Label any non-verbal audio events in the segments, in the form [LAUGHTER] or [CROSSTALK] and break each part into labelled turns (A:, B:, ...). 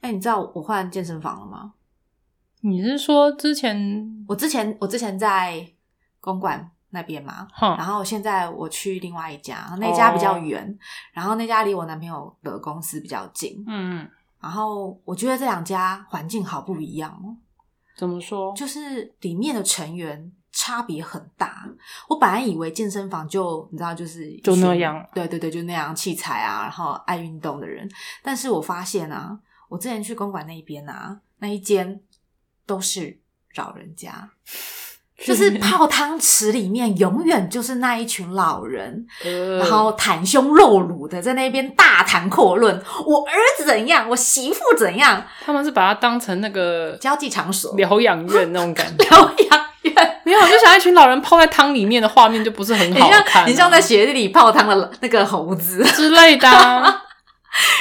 A: 哎你知道我换健身房了吗？
B: 你是说之前
A: 我之前我之前在公馆那边嘛，
B: 哼
A: 然后现在我去另外一家，那家比较远，然后那家离我男朋友的公司比较近。
B: 嗯嗯
A: 然后我觉得这两家环境好不一样哦，
B: 怎么说？
A: 就是里面的成员差别很大。我本来以为健身房就你知道就是一
B: 就那
A: 群
B: 样，
A: 对对对，就那样器材啊，然后爱运动的人。但是我发现啊，我之前去公馆那一边啊，那一间都是老人
B: [LAUGHS]
A: 家。就是泡汤池里面永远就是那一群老人，
B: 呃
A: 然后袒胸露乳的在那边大谈阔论，我儿子怎样，我媳妇怎样，
B: 他们是把它当成那个
A: 交际场所
B: 疗养院那种
A: [LAUGHS]
B: 感觉，
A: 疗养院，
B: 没有，我就想一群老人泡在汤里面的画面就不是很
A: 你
B: 好看、
A: 像
B: 啊，
A: 你 [LAUGHS] 像在雪地里泡汤的那个猴子，
B: 之类的、啊，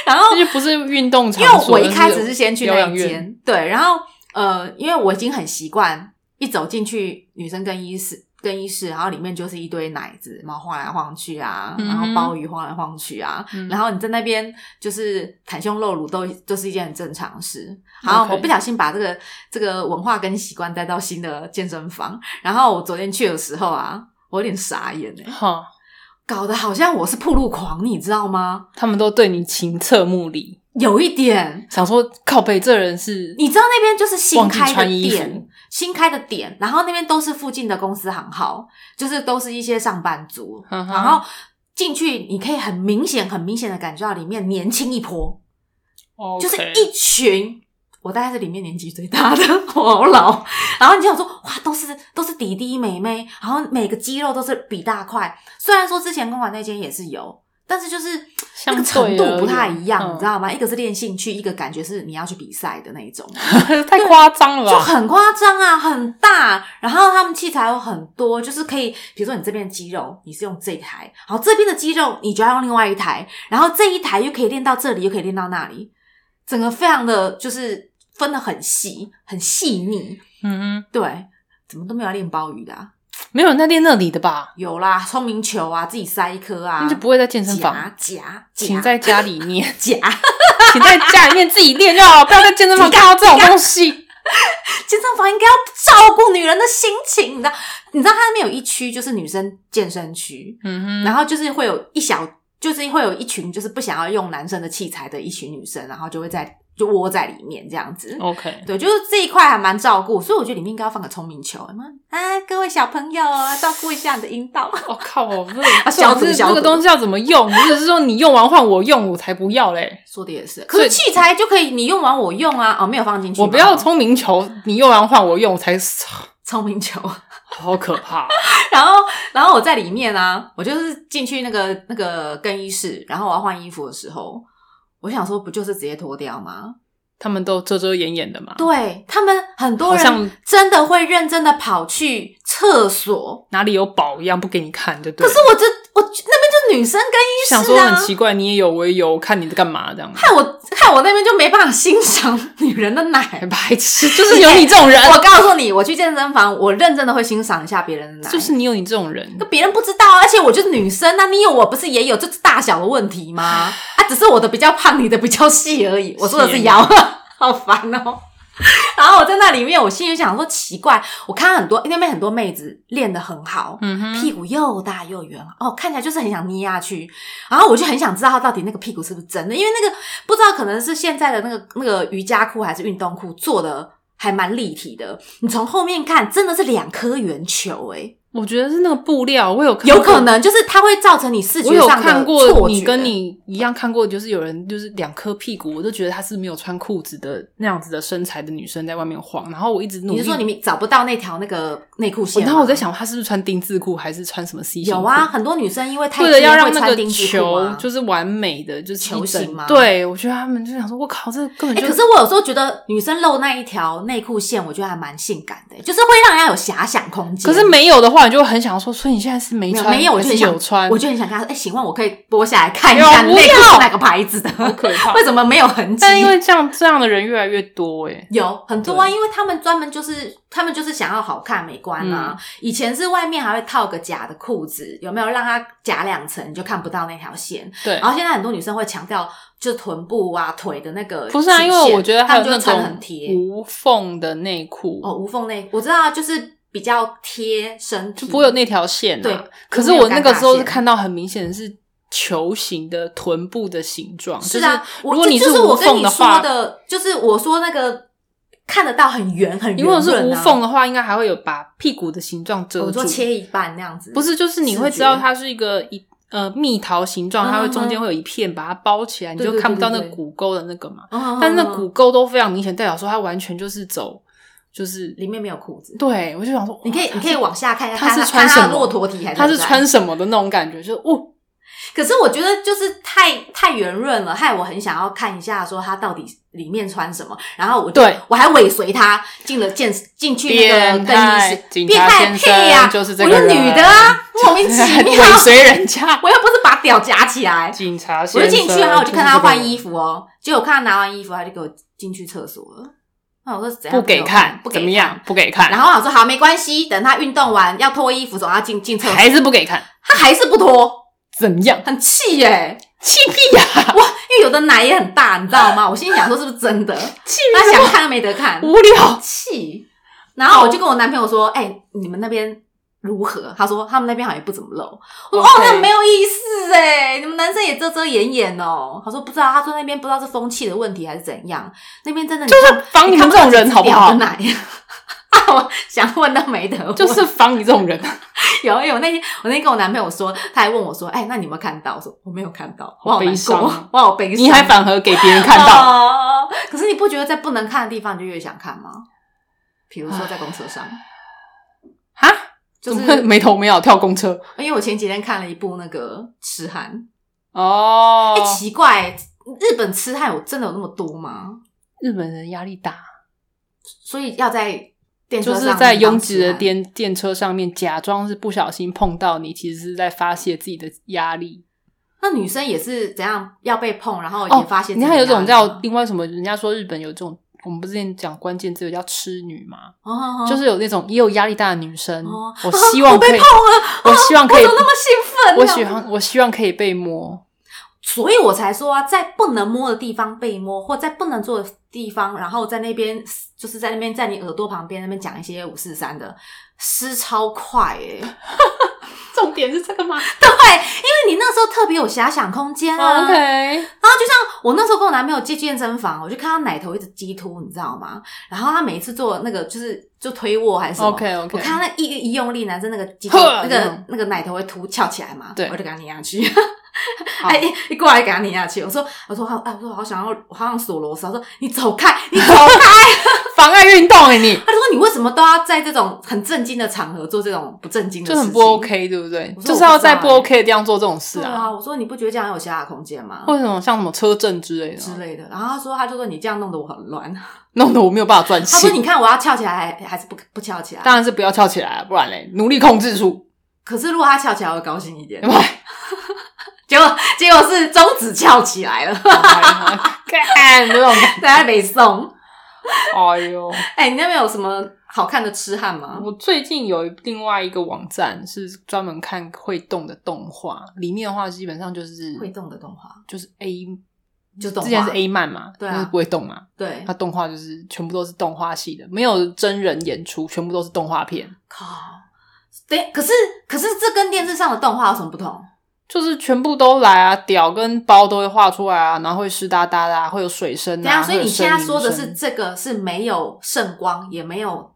A: 然后
B: 那就不是运动场
A: 因为
B: 所
A: 我一开始是先去
B: 疗
A: 那
B: 养
A: 一
B: 院
A: 间，对，然后呃，因为我已经很习惯，一走进去女生更衣室更衣室，然后里面就是一堆奶子，然后晃来晃去啊，然后
B: 嗯哼
A: 鲍鱼晃来晃去啊，
B: 嗯
A: 然后你在那边就是袒胸露乳都都是一件很正常的事。然后
B: OK
A: 我不小心把这个这个文化跟习惯带到新的健身房，然后我昨天去的时候啊，我有点傻眼哎、
B: 哈，
A: 搞得好像我是铺路狂，你知道吗？
B: 他们都对你情侧目礼，
A: 有一点，
B: 想说靠北这人是
A: 你知道那边就是新
B: 忘记
A: 开的
B: 穿衣服
A: 店，新开的店，然后那边都是附近的公司行号，就是都是一些上班族，
B: 嗯哼
A: 然后进去你可以很明显、很明显的感觉到里面年轻一波
B: OK
A: 就是一群。我大概是里面年纪最大的， [LAUGHS] 我好老。然后你就想说，哇，都是都是弟弟妹妹，然后每个肌肉都是比大块。虽然说之前公馆那间也是有，但是就是那
B: 相
A: 个程
B: 对
A: 度不太
B: 而言
A: 一样，
B: 嗯
A: 你知道吗？一个是练兴趣，一个感觉是你要去比赛的那一种。
B: [LAUGHS] 太夸张了
A: 就
B: 吧，
A: 很夸张啊，很大。然后他们器材有很多，就是可以，比如说你这边的肌肉你是用这一台，然后这边的肌肉你就要用另外一台，然后这一台又可以练到这里，又可以练到那里，整个非常的就是分的很细，很细腻。
B: 嗯哼，
A: 对，怎么都没有要练鲍鱼的、啊，
B: 没有人在练那里的吧？
A: 有啦，聪明球啊，自己塞一颗啊，
B: 那就不会在健身房，
A: 夹夹
B: 请
A: 夹
B: 在家里面，
A: 夹。
B: 请在家里面自己练就好了，不要在健身 [LAUGHS] 房看到这种东西。
A: 健身房应该要照顾女人的心情，你知道？你知道它那边有一区就是女生健身区，
B: 嗯哼，
A: 然后就是会有一小，就是会有一群就是不想要用男生的器材的一群女生，然后就会在就窝在里面这样子。
B: OK，
A: 对，就是这一块还蛮照顾，所以我觉得里面应该要放个聪明球，什么啊，各位小朋友啊照顾一下你的阴 [LAUGHS] 道。
B: 我、哦靠，我不是
A: 消毒
B: 这
A: 消毒
B: 这个东西要怎么用？你只是说你用完换我用，我才不要嘞。
A: 说的也是，可是
B: 所
A: 器材就可以你用完我用啊，哦，没有放进去嘛，
B: 我不要聪明球，你用完换我用，我才
A: 聪明球。
B: 好可 [LAUGHS] 怕。
A: [LAUGHS] 然后，然后我在里面啊，我就是进去那个那个更衣室，然后我要换衣服的时候，我想说不就是直接脱掉吗？
B: 他们都遮遮掩掩的嘛。
A: 对他们很多
B: 啊好像
A: 人真的会认真的跑去厕所，
B: 哪里有宝一样不给你看，就
A: 可
B: 对了。
A: 是我这我那边就女生更
B: 想
A: 衣
B: 说
A: 室啊
B: 很，奇怪，你也有我也有，看你在干嘛这样。
A: 害我害我那边就没办法欣赏女人的奶
B: [LAUGHS] 很。白痴，就是有你这种人，
A: 我告诉你，我去健身房，我认真的会欣赏一下别人的奶，
B: [LAUGHS] 就是你有你这种人
A: 可。别人不知道啊，而且我就是女生啊，你有我不是也有，就是大小的问
B: [SIGHS]
A: 题吗？啊，只是我的比较胖，你的比较细而已。我说的是腰， [LAUGHS] 好烦哦。 [LAUGHS] 然后我在那里面，我心里想说奇怪，我看很多那边很多妹子练得很好，
B: 嗯哼，
A: 屁股又大又圆哦，看起来就是很想捏下去。然后我就很想知道它到底那个屁股是不是真的，因为那个不知道可能是现在的那个那个瑜伽裤还是运动裤做的还蛮立体的，你从后面看真的是两颗圆球欸诶、
B: 我觉得是那个布料，我有看过
A: 有可。能就是它会造成你视
B: 我
A: 觉
B: 有
A: 上的
B: 看
A: 错觉。
B: 过你跟你一样看过，就是有人就是两颗屁股，我都觉得她是没有穿裤子的那样子的身材的女生在外面晃，然后我一直努
A: 你
B: 力。
A: 是说你们找不到那条那个内裤
B: 我
A: 线吗？
B: 然后我在想，她是不是穿丁字裤，还是穿什么 C 型
A: 有
B: 裤
A: 啊，很多女生因为太
B: 为了
A: 近
B: 要
A: 会
B: 让那
A: 穿
B: 个
A: 丁字裤
B: 球
A: 啊。
B: 就是完美的，就是一
A: 球
B: 整
A: 形吗
B: 对，我觉得他们就想说，我靠，这个根本
A: 哎、
B: 就
A: 可是我有时候觉得女生露那一条内裤线，我觉得还蛮性感的、就是会让人家有遐想空间。
B: 可是没有的话，你就很想说，所以你现在是没
A: 没有
B: 穿，
A: 没有，我
B: 还
A: 就是很想
B: 有穿，
A: 我就很想跟他说，哎、请问我可以剥下来看一
B: 啊不
A: 下
B: 要
A: 内裤是哪个牌子的？
B: 好 [LAUGHS] 可怕
A: 为什么没有痕迹？
B: 但因为这样这样的人越来越多哎、
A: 有很多啊，因为他们专门就是他们就是想要好看美观啊。
B: 嗯
A: 以前是外面还会套个假的裤子，有没有让它假两层，你就看不到那条线。
B: 对
A: 然，后现在很多女生会强调就是臀部啊、腿的那个曲线，
B: 不是啊，因为我觉得
A: 他
B: 还有
A: 们就
B: 那
A: 会穿得很
B: 种嗯
A: 贴
B: 无缝的内裤，
A: 哦，无缝内，我知道啊，就是比较贴身体，
B: 就不会有那条线、啊。
A: 对，
B: 可是我那个时候
A: 没有尴尬线
B: 是看到很明显的是球形的臀部的形状，
A: 是啊，
B: 就是
A: 我
B: 如果
A: 这
B: 你
A: 就是
B: 无
A: 我跟
B: 缝
A: 你
B: 的
A: 说
B: 话，
A: 的，就是我说那个看得到很圆很圆、啊，
B: 你如果是无缝的话，应该还会有把屁股的形状遮
A: 我
B: 住
A: 说。切一半那样子，
B: 不是，就是你会知
A: 视
B: 道
A: 觉
B: 它是一个一呃蜜桃形
A: 嗯
B: 状，它会
A: 嗯
B: 中
A: 嗯
B: 间会有一片把它包起来，你
A: 对
B: 就
A: 对
B: 看不
A: 对
B: 到
A: 对
B: 那个
A: 对
B: 骨沟的那个嘛。
A: 嗯，嗯
B: 但是那
A: 嗯嗯
B: 骨沟都非常明显，代表说它完全就是走就是
A: 里面没有裤子，
B: 对，我就想说，
A: 你可以
B: 哇
A: 你可以往下看一下，
B: 他
A: 看
B: 是
A: 他
B: 穿
A: 看他
B: 什么
A: 的骆驼体还
B: 它是
A: 在不在
B: 穿什么的那种感觉，就是哦，
A: 可是我觉得就是太太圆润了，害我很想要看一下，说他到底里面穿什么。然后我就
B: 对
A: 我还尾随他进了健进去那个
B: 变
A: 更衣
B: 态
A: 室，
B: 警
A: 变
B: 察
A: 态
B: 先
A: 配呀、
B: 生
A: 啊，
B: 就是这
A: 我
B: 个
A: 就
B: 人，
A: 女的啊，
B: [LAUGHS]
A: 莫名其妙，
B: 尾随人家
A: 我又不是把屌夹起来，
B: 警察
A: 我
B: 先啊
A: 就
B: 生，
A: 进去，啊然后我就看他换衣
B: 服，
A: 服哦，结果我看他拿完衣服，他就给我进去厕所了。那我说怎样
B: 不给看，
A: 不给
B: 怎么样，不给看，
A: 然后我想说好没关系，等他运动完要脱衣服，总要进进厕所，
B: 还是不给看，
A: 他还是不脱，
B: 怎么样？
A: 很气耶、
B: 气屁呀，
A: 因为有的奶也很大，你知道吗？我心里想说是不是真
B: [LAUGHS]
A: 的？
B: 气
A: 他想看没得看，
B: 无聊，
A: 气。然后我就跟我男朋友说：“哎、你们那边如何？”他说：“他们那边好像也不怎么露。”我说：“
B: OK
A: 哦，那没有意思哎、你们男生也遮遮掩掩哦。”他说：“不知道。”他说：“那边不知道是风气的问题还是怎样，那边真的就是
B: 防你们这种人好不好
A: 奶 [LAUGHS] 啊，我想问都没得问，
B: 就是防你这种人，
A: [LAUGHS] 有有那天，我那天跟我男朋友说，他还问我说：“哎、那你有没有看到？”我说：“我没有看到，我好
B: 悲
A: 难
B: 伤
A: 过
B: 啊，
A: 我好悲伤。”
B: 你还反而给别人看到，
A: 哦。可是你不觉得在不能看的地方，你就越想看吗？比如说在公车上，
B: 哈，
A: 就
B: 怎
A: 是
B: 么会没头没脑跳公车？
A: 因为我前几天看了一部那个《痴汉》，
B: 哦
A: 哎、，奇怪，日本痴汉有真的有那么多吗？
B: 日本人压力大，
A: 所以要在电车
B: 就
A: 上
B: 是在
A: 面当
B: 拥挤的
A: 痴汉，
B: 电电车上面假装是不小心碰到你，其实是在发泄自己的压力。
A: 那女生也是怎样要被碰，然后
B: 哦，
A: 也发现自己
B: 你
A: 的哦压力
B: 看
A: 吗、
B: 有一种叫另外什么，人家说日本有这种，我们不之前讲关键字有叫痴女嘛，
A: 哦哦哦
B: 就是有那种也有压力大的女生，
A: 哦 [LAUGHS]
B: 我
A: 啊
B: 希望
A: 我被
B: 可以，
A: 碰了，啊
B: 我希望可以，
A: 我怎么那么兴奋呢、
B: 我喜欢，我希望可以被摸。
A: 所以我才说啊，在不能摸的地方被摸，或在不能做的地方，然后在那边就是在那边在你耳朵旁边那边讲一些五四三的，诗超快 [LAUGHS] 诶、
B: 重点是这个吗、
A: 因为你那时候特别有遐想空间啊。
B: o k
A: 然后就像我那时候跟我男朋友去健身房，我就看他奶头一直激凸，你知道吗？然后他每一次做那个就是就推卧 [LAUGHS] 还是什么
B: OK
A: 我
B: OK，[LAUGHS]
A: 看他那一一用力，男生那个肌肉那
B: 呵那
A: 个
B: 种
A: 那个奶头会凸翘起来嘛，
B: 对
A: 我就给他碾下去。 [LAUGHS] 哎、一一过来给他碾下去，我说，我说，好，哎，我说我好想要，我好想锁螺丝。他说，你走开， [LAUGHS] 你走开。
B: 妨碍运动哎、
A: [LAUGHS]
B: 你
A: 他就说，你为什么都要在这种很震惊的场合做这种不正经的
B: 就
A: 事情？
B: 很不 OK，对不对？
A: 我说
B: 就是
A: 我不知
B: 要
A: 道
B: 在不
A: 欸
B: OK 的地方做这种事
A: 对
B: 啊哦
A: 啊，，我说你不觉得这样有遐想空间吗？
B: 或者什么像什么车震之类的
A: 之
B: 啊，
A: 类的。然后他说，他就说你这样弄得我很
B: [LAUGHS]
A: 乱。
B: 弄得我没有办法专
A: 他说，你
B: 心。
A: 看我要翘起来还还是不不翘起来？
B: 当然是不要翘起来啊，不然嘞，努力控制住，
A: 可是如果他翘起来，我会高兴一点
B: 对。吧？
A: 结果结果是中指翘起来了， [LAUGHS]
B: 干这种感觉，
A: 大家没送。
B: 哎呦！
A: 哎、你那边有什么好看的痴汉吗？
B: 我最近有另外一个网站是专门看会动的动画，里面的话基本上就是
A: 会动的动画，
B: 就是 A，
A: 就动画
B: 之前是 A 啊漫嘛，
A: 对啊
B: 就是不会动嘛，
A: 对
B: 它，动画就是全部都是动画系的，没有真人演出，全部都是动画片，
A: 靠，对，可是可是这跟电视上的动画有什么不同？
B: 就是全部都来啊，屌跟包都会画出来啊，然后会湿哒哒的、啊，会有水声
A: 等一
B: 啊，
A: 下，所以
B: 会有
A: 你现在
B: 呻吟
A: 说的
B: 声
A: 是这个是没有圣光，也没有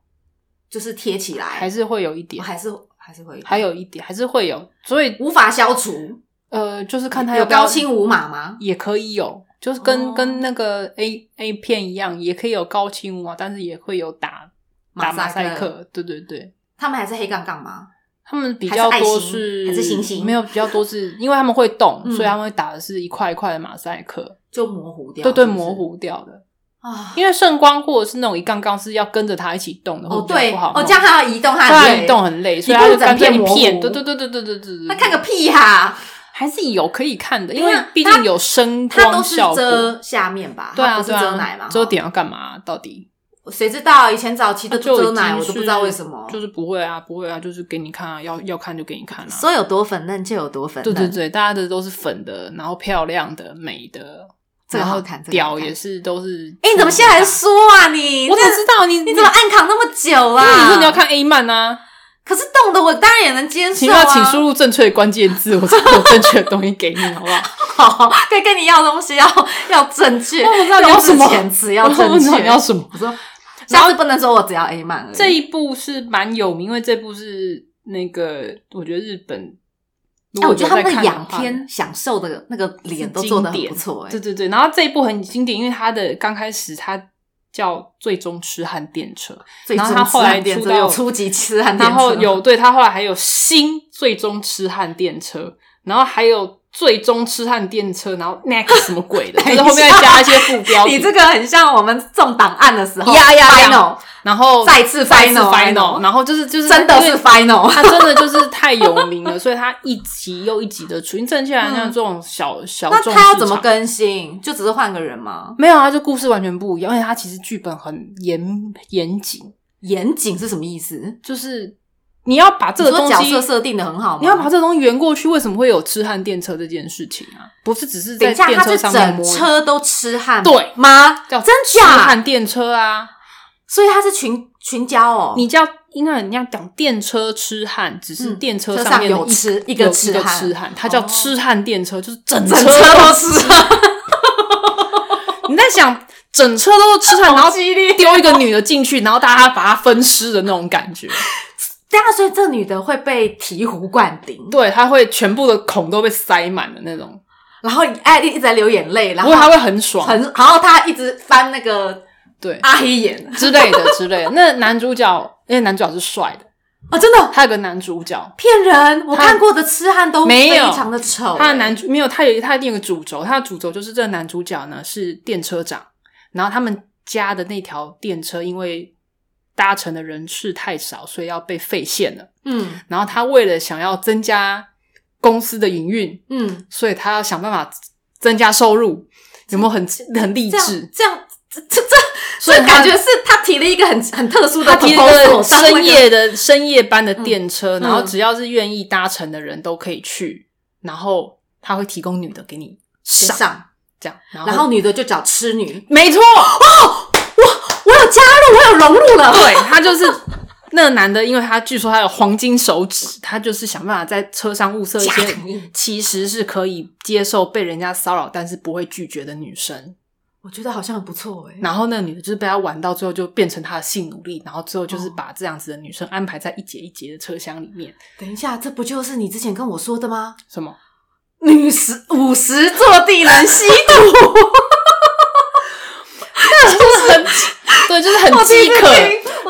A: 就是贴起来，哦
B: 还是会有一点
A: 我，还是还是会
B: 还有一点还是会有，所以
A: 无法消除，
B: 呃，就是看它
A: 有
B: 要不要
A: 高清无码吗？
B: 也可以有，就是跟、
A: 哦
B: 跟那个 A A 片一样，也可以有高清啊，但是也会有打打马赛克，对对对。
A: 他们还是黑杠杠吗？
B: 他们比较
A: 还是爱
B: 多
A: 心
B: 是
A: 还是星星
B: 没有比较
A: [LAUGHS]
B: 多是因为他们会动，
A: 嗯
B: 所以他们会打的是一块一块的马赛克，
A: 就模糊掉，
B: 对对，
A: 是不是
B: 模。糊掉的。
A: 啊，
B: 因为圣光或者是那种一杠杠是要跟着它一起动的，
A: 哦
B: 会比较
A: 对，
B: 不好
A: 哦
B: 弄
A: 这样还要移动它，
B: 它移动，很累，所以
A: 你不如
B: 它就干脆
A: 整片
B: 一
A: 模糊
B: 片，对对对对对对对对。
A: 那看个屁哈！
B: 还是有可以看的，因
A: 等
B: 为
A: 一下
B: 毕
A: 它
B: 竟有声
A: 它都
B: 光
A: 是
B: 效果。
A: 遮下面吧？
B: 对
A: 它
B: 啊，
A: 不是
B: 对啊，
A: 遮奶嘛？哦
B: 遮点要干嘛？到底
A: 哈谁知道？以前早期都不
B: 就已
A: 遮
B: 经
A: 奶，我
B: 是
A: 都不知道为什么。
B: 就是不会啊，不会啊，就是给你看啊，要要看就给你看啊。
A: 说有多粉嫩就有多粉
B: 对
A: 嫩，
B: 对对，大家的都是粉的，然后漂亮的、美的，
A: 这个
B: 然后
A: 好看这个好
B: 屌
A: 看
B: 也是都是。
A: 哎、你怎么现在还说啊你？
B: 我
A: 这
B: 怎么知道你？
A: 你怎么按扛那么久啦、
B: 因为你说你要看 A 漫啊，
A: 可是动的我当然也能接受、啊。
B: 请要请输入正确的关键字，我才有正确的东西给你，
A: [LAUGHS]
B: 好不好？
A: 好，可以跟你要东西要要正确，
B: [LAUGHS] 我不知道你要什么
A: 用字遣词要
B: 我
A: 正
B: 不知道
A: 确。
B: 你要什么。
A: 我说下次不能说我只要 A 满而已。哎
B: 这一部是蛮有名，因为这部是那个我觉得日本，
A: 哎、我觉得他们
B: 的
A: 的仰天享受的那个脸都做的很不错、
B: 对
A: 哎，
B: 对对。然后这一部很经典，因为它的刚开始它叫《最终痴汉电车》，
A: 最
B: 然后
A: 终
B: 他后来
A: 痴汉电
B: 出
A: 车
B: 到
A: 有初级痴汉电车，
B: 然后有对他后来还有新最终痴汉电车，然后还有最终痴汉电车，然后
A: [LAUGHS]
B: next 什么鬼的，就是后面再加一些副标
A: 你
B: 题，
A: 这个很像我们送档案的时候，
B: 呀呀呀
A: final
B: 然后
A: 再次
B: 再次
A: final，
B: final，然后就是就是
A: 真的是 final。
B: 他真的就是太有名了，所以他一集又一集的出。因为正确来讲，这
A: [LAUGHS]
B: 种小小
A: 那
B: 众
A: 他要
B: 市
A: 怎么
B: 场
A: 更新？就只是换个人吗？
B: 没有啊？这故事完全不一样，而且他其实剧本很严严谨，
A: 严谨是什么意思？
B: 就是你要把这
A: 你
B: 个
A: 说
B: 东
A: 角
B: 西
A: 色设定的很好吗？
B: 你要把这个东西圆过去，为什么会有痴汉电车这件事情啊？不是只是
A: 等
B: 在
A: 一下，
B: 电
A: 他
B: 车
A: 是
B: 上面摸
A: 整
B: 人，
A: 车都痴汉
B: 对
A: 吗？
B: 叫
A: 真
B: 痴
A: 假？
B: 汉电车啊！
A: 所以他是群群交哦。
B: 你叫应该人家讲电车痴汉，只是
A: 嗯
B: 电车
A: 车
B: 上
A: 上
B: 面的
A: 有
B: 一
A: 痴一
B: 一
A: 个
B: 有
A: 痴
B: 一个
A: 汉
B: 痴汉，它叫
A: 哦
B: 痴汉电车，就是整
A: 整
B: 车
A: 车都痴汉，
B: 你在想整车都是痴汉，然后
A: 激烈。
B: 丢一个女的进去，然后大家把她分尸的那种感觉。
A: 对啊，所以这女的会被醍醐灌顶，
B: 对，她会全部的孔都被塞满的那种，
A: 然后哎一直在流眼泪，然
B: 不
A: 后
B: 过她会很爽，
A: 很，啊然后她一直翻那个
B: 对
A: 阿黑眼
B: 之类的 [LAUGHS] 之类的。那男主角，因为男主角是帅的，
A: 哦，真的
B: 他有个男主角，
A: 骗人！我
B: 他
A: 看过的痴汉都
B: 没
A: 非
B: 有
A: 常的丑，欸
B: 他的男主没有，他有他一定有个主轴，他的主轴就是这个男主角呢是电车长，然后他们家的那条电车因为搭乘的人次太少，所以要被废线了。
A: 嗯
B: 然后他为了想要增加公司的营运，
A: 嗯，
B: 所以他要想办法增加收入，有没有很很励
A: 这样
B: 志？
A: 这样这这这
B: 所以
A: 这感
B: 他
A: 觉是他提了一个很很特殊的 proposal
B: 他提
A: 上
B: 了
A: 那
B: 一
A: 个，
B: 个深夜的深夜班的电车，
A: 嗯
B: 然后只要是愿意搭乘的人都可以去，然后他会提供女的给你上，
A: 上，
B: 这样，然后
A: 然后女的就找痴女，
B: 没错，
A: 我有加入，我有融入了，
B: 对他就是。那个男的，因为他据说他有黄金手指，他就是想办法在车上物色一
A: 假
B: 些
A: 的
B: 其实是可以接受被人家骚扰，但是不会拒绝的女生。
A: 我觉得好像很不错哎、
B: 然后那个女的就是被他玩到最后，就变成他的性奴隶，然后最后就是把这样子的女生安排在一节一节的车厢里面。
A: 等一下，这不就是你之前跟我说的吗？
B: 什么？
A: 女十五十坐地能吸 [LAUGHS] 毒，
B: 就是很 [LAUGHS] 对，就是很饥渴。
A: 渴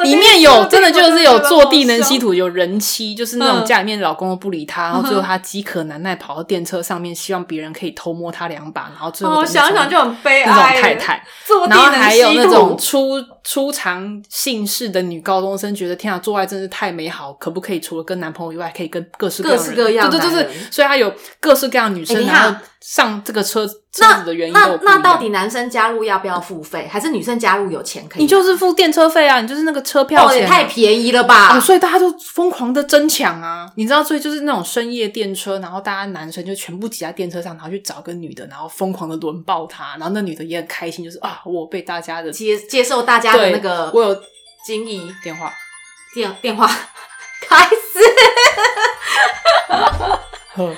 B: 里面有真的就是有坐地能吸，土，有人妻，就是那
A: 嗯
B: 种家里面老公都不理她，然后最后她饥渴难耐跑到电车上面，希望别人可以偷摸她两把，然后最后的
A: 哦，
B: 那种
A: 想想就很悲
B: 那
A: 哀。
B: 种太，太，
A: 坐地
B: 然后还有那种
A: 能吸
B: 初初尝性事的女高中生，觉得天啊，做爱真是太美好，可不可以除了跟男朋友以外，可以跟各式样的人？
A: 各式各样的
B: 对对对
A: 男人
B: 对，所以她有各式各样的女
A: 哎
B: 生，
A: 等一下
B: 然后上这个车车
A: 那
B: 子的原因都
A: 那
B: 有不一样
A: 那到底男生加入要不要付费，还是女生加入有钱可以？
B: 你就是付电车费啊，你就是那个车票
A: 哦，
B: 钱
A: 也
B: 啊、
A: 太便宜了吧！
B: 哦，所以大家就疯狂的争抢啊！你知道，所以就是那种深夜电车，然后大家男生就全部挤在电车上，然后去找个女的，然后疯狂的轮抱她，然后那女的也很开心，就是啊，我被大家的
A: 接接受大家的
B: 对
A: 那个
B: 我有
A: 经营
B: 电 [LAUGHS] 话，
A: 电电话 [LAUGHS] 开始。
B: 呵，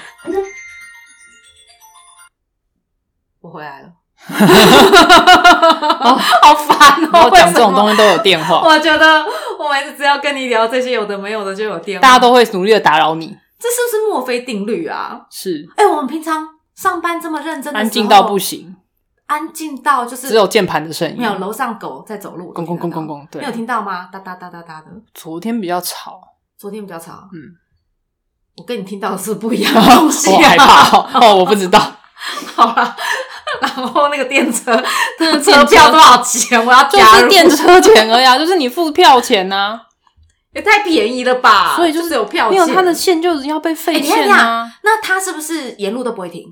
A: 我回来了，
B: 哦
A: 好烦
B: 然
A: 哦！
B: 后讲这种
A: 西，
B: 东西都有电 [LAUGHS] 话，
A: 我觉得我每次只要跟你聊这些有的没有的就有电话，
B: 大家都会努力的打扰你，
A: 这是不是墨菲定律啊？
B: 是
A: 哎、我们平常上班这么认真的时候，
B: 安静到不行，
A: 安静到就是
B: 只有键盘的声音。
A: 没有楼上狗在走路，
B: 公公公公公，
A: 你
B: 对
A: 啊有，听到吗？哒哒哒哒哒的。
B: 昨天比较吵，
A: 昨天比较吵，
B: 嗯， [LAUGHS]
A: 我跟你听到的是不一样的东西、
B: 哦我
A: 啊。
B: 害怕哦，哦我不知道。
A: [LAUGHS] 好啦，然后那个电车
B: 那个电
A: [LAUGHS] 车
B: 车
A: 票多少钱？我要
B: 就
A: 加入，
B: 是电车钱而已啊，就是你付票钱呐、
A: 也太便宜了吧？
B: 所以就是
A: 有票
B: 没
A: 钱，
B: 有他的线就要被废
A: 哎你看
B: 线
A: 这
B: 啊
A: 样，那他是不是沿路都不会停？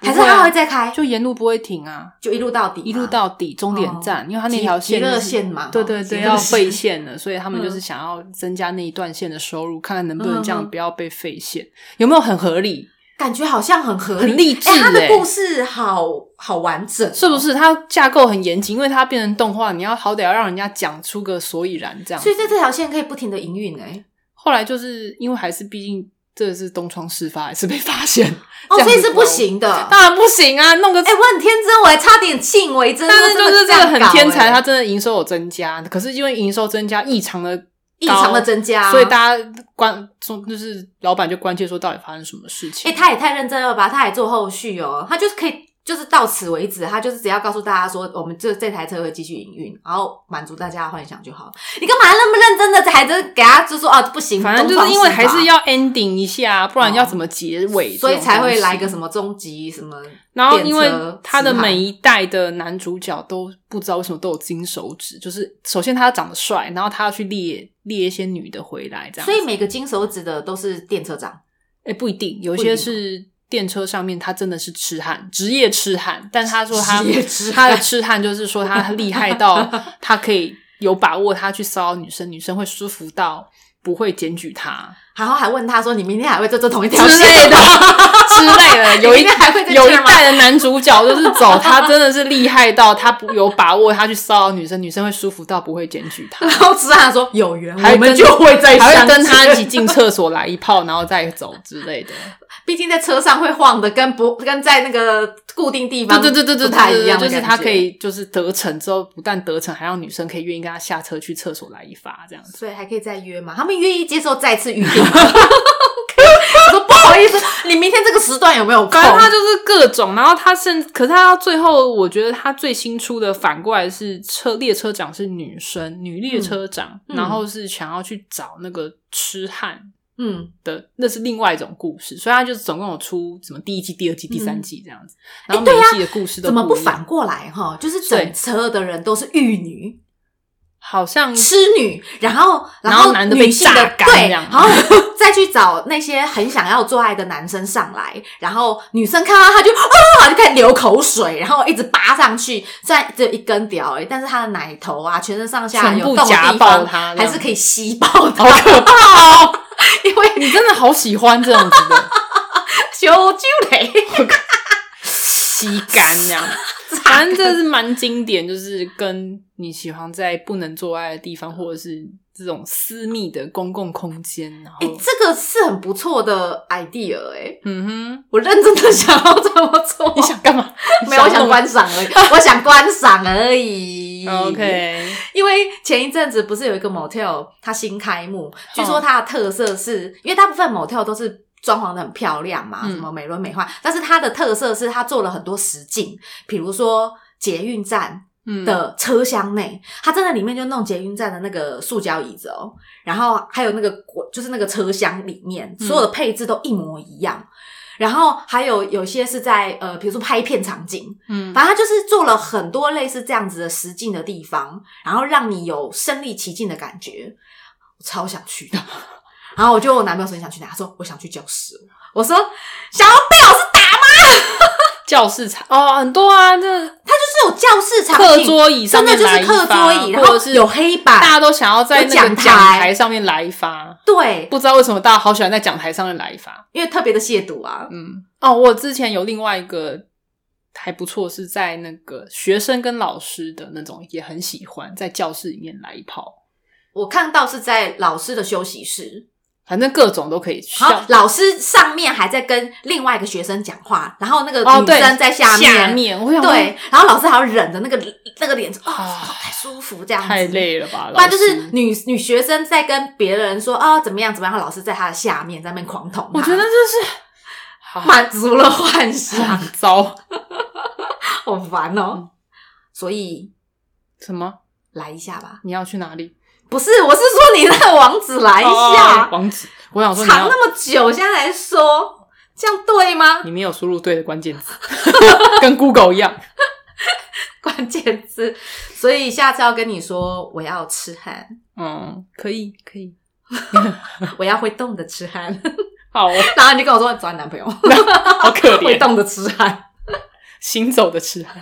B: 不
A: 还
B: 会啊
A: 是他会再开，就
B: 就沿路不会停啊，
A: 就一路到底嘛，
B: 一路到底终点站，因为他那
A: 极
B: 条
A: 极
B: 线、就是、
A: 乐线嘛
B: 对对
A: 极
B: 对，
A: 乐
B: 要
A: 线
B: 废线了，所以他们
A: 嗯
B: 就是想要增加那一段线的收入，看看能不能这
A: 嗯
B: 样
A: 嗯
B: 不要被废线，有没有很合理？
A: 感觉好像很合理，
B: 很励志
A: 哎他的
B: 欸
A: 故事好好完整哦，
B: 是不是？它架构很严谨，因为它变成动画，你要好歹要让人家讲出个所以然，这样
A: 所。以在这条线可以不停的营运哎、
B: 后来就是因为还是毕竟这是东窗事发，还是被发现，
A: 哦，
B: 这样
A: 所以
B: 子
A: 是
B: 哦
A: 不行的。
B: 当然不行啊，弄个。
A: 哎、我很天真，我还差点信为真，
B: 但
A: [LAUGHS]
B: 是就是
A: 这
B: 这个
A: 样
B: 很
A: 搞
B: 天才，
A: 哎
B: 它真的营收有增加，可是因为营收增加异常的
A: 异常的增加，啊
B: 所以大家关中就是老板就关切说到底发生什么事
A: 哎、
B: 情。
A: 他也太认真了吧？他还做后续哦，他就是可以，就是到此为止，他就是只要告诉大家说，我们这这台车会继续营运，然后满足大家的幻想就好。你干嘛那么认真的，还是给他就说哦不行，
B: 反正就
A: 东窗
B: 是因为
A: 事
B: 还是
A: 发
B: 要 ending 一下，啊不然要怎么结尾？
A: 哦所以才会来
B: 个
A: 个。什么终极什么。
B: 然后因为
A: 电车
B: 他的
A: 痴汉
B: 每一代的男主角都不知道为什么都有金手指，就是首先他长得帅，然后他要去猎猎一些女的回来，这样子。
A: 所以每个金手指的都是电车长，
B: 哎、不一定，有
A: 不一定
B: 些
A: 哦
B: 是电车上面他真的是痴汉，职业痴汉，但他说他啊
A: 职业痴汉
B: 他的痴汉就是说他厉害
A: [LAUGHS]
B: 到他可以有把握，他去骚扰女生，女生会舒服到不会检举他
A: 然后还问他说：“你明天还会再坐同一条
B: 之类
A: 线
B: 的
A: 吗 [LAUGHS]
B: 之类的。有一
A: 你明天还会再
B: 有一
A: 这样吗
B: 代的男主角就是走，他真的是厉害到他不有把握，他去骚扰女生，女生会舒服到不会检举
A: [LAUGHS]
B: 他？”。
A: 然后痴汉说：“有缘，
B: 还
A: 我们
B: 跟
A: 就会再
B: 还会
A: 相
B: 跟他一
A: 见
B: 起进厕所来一炮，然后再走之类的。
A: 毕竟在车上会晃的，跟不跟在那个固定地方
B: 对对对对对，
A: 不太
B: 对
A: 一样的
B: 就
A: 感觉，
B: 是他可以就是得逞之后，不但得逞，还让女生可以愿意跟他下车去厕所来一发这样子。
A: 所以还可以再约嘛？他们愿意接受再次预定吗。 [LAUGHS] 我说不好意思，你明天这个时段有没有空？
B: 反正他就是各种，然后他甚，可是他到最后，我觉得他最新出的反过来是车列车长是女生，女列车长，
A: 嗯嗯
B: 然后是想要去找那个痴汉
A: 嗯，
B: 的，那是另外一种故事，所以他就总共有出什么第一季、第二季、第三季这样子，然后每
A: 哎对啊
B: 一季的故事都
A: 怎么
B: 不
A: 不
B: 一样
A: 反？过来哈？就是
B: 对
A: 整车的人都是玉女、
B: 好像
A: 痴女，然后
B: 嗯然后
A: 后
B: 男的被
A: 女性的
B: 榨干
A: 对，
B: 这样
A: 然后 [LAUGHS] 再去找那些很想要做爱的男生上来，然后女生看到他就啊就开始流口水，然后一直拔上去，虽然只有一根屌而已，但是他的奶头啊，全身上下
B: 全
A: 有
B: 部
A: 动的
B: 夹
A: 地
B: 爆
A: 方
B: 他这
A: 还
B: 样
A: 是可以吸爆的，
B: 好可怕哦！
A: [LAUGHS] 因为
B: 你真的好喜欢这样子的。
A: 修就雷。
B: 吸干这
A: [LAUGHS]
B: 样。反正这是蛮经典，就是跟你喜欢在不能做爱的地方，或者是这种私密的公共空间，然后、
A: 哎、这个是很不错的 idea 哎、
B: 嗯哼，
A: 我认真的想要这么做。
B: 你想干 [LAUGHS] 嘛？
A: 没有，我想
B: 弄
A: 观赏而已，我想观赏而已。
B: OK，
A: 因为前一阵子不是有一个 motel 它新开幕，据
B: 哦
A: 说它的特色是因为大部分 motel 都是。装潢的很漂亮嘛，
B: 嗯
A: 什么美轮美奂，但是它的特色是它做了很多实景，比如说捷运站
B: 嗯，
A: 的车厢内，它真的里面就弄捷运站的那个塑胶椅子哦，然后还有那个果就是那个车厢里面
B: 嗯
A: 所有的配置都一模一样，然后还有有些是在呃，比如说拍片场景，
B: 嗯，
A: 反正他就是做了很多类似这样子的实境的地方，然后让你有身临其境的感觉，我超想去的。 [LAUGHS] 然后我就问我男朋友说你想去哪？他说我想去教室。我说想要被老师打吗？
B: 教室场哦，很多啊，这
A: 他就是有教室场
B: 课
A: 景，
B: 桌椅上
A: 真的
B: 面
A: 就
B: 来
A: 是
B: 一
A: 课
B: 发
A: 桌椅，然
B: 或
A: 后
B: 者是
A: 有黑板，
B: 大家都想要在那
A: 有
B: 个
A: 讲
B: 讲
A: 台
B: 台上面来一发，
A: 对，
B: 不知道为什么大家好喜欢在讲台上面来一发。
A: 因为特别的亵渎啊。
B: 嗯，哦，我之前有另外一个还不错，是在那个学生跟老师的那种，也很喜欢在教室里面来一炮，
A: 我看到是在老师的休息室，
B: 反正各种都可以去。
A: 然后
B: 像
A: 老师上面还在跟另外一个学生讲话，然后那个
B: 哦，
A: 女
B: 对，
A: 生在
B: 下
A: 面，
B: 我想说
A: 对，然后老师还要忍着那个那个脸，哦，
B: 啊
A: 太舒服这样子，
B: 太累了吧，
A: 不
B: 老
A: 然
B: 师
A: 就是女女学生在跟别人说啊、怎么样怎么样，老师在她的下面在那边狂捅她，
B: 我觉得就是
A: 满足了幻想， [LAUGHS]
B: 很糟，
A: 好烦哦。所以
B: 什么？
A: 来一下吧，
B: 你要去哪里？
A: 不是，我是说你那个网址来一
B: 哦
A: 下，
B: 王子，我想说你
A: 藏
B: 要
A: 那么久，现在来说。这样对吗？ [LAUGHS]
B: 你没有输入对的关键词， [LAUGHS] 跟 Google 一样。
A: 关键字，所以下次要跟你说，我要痴汉， [LAUGHS]
B: 嗯，可以，可以，
A: 我要会动的痴汉， [LAUGHS]
B: 好哦，
A: 然后你就跟我说找你男朋友，
B: 好可
A: 会
B: 怜，
A: 动的痴汉。
B: 行走的痴汉。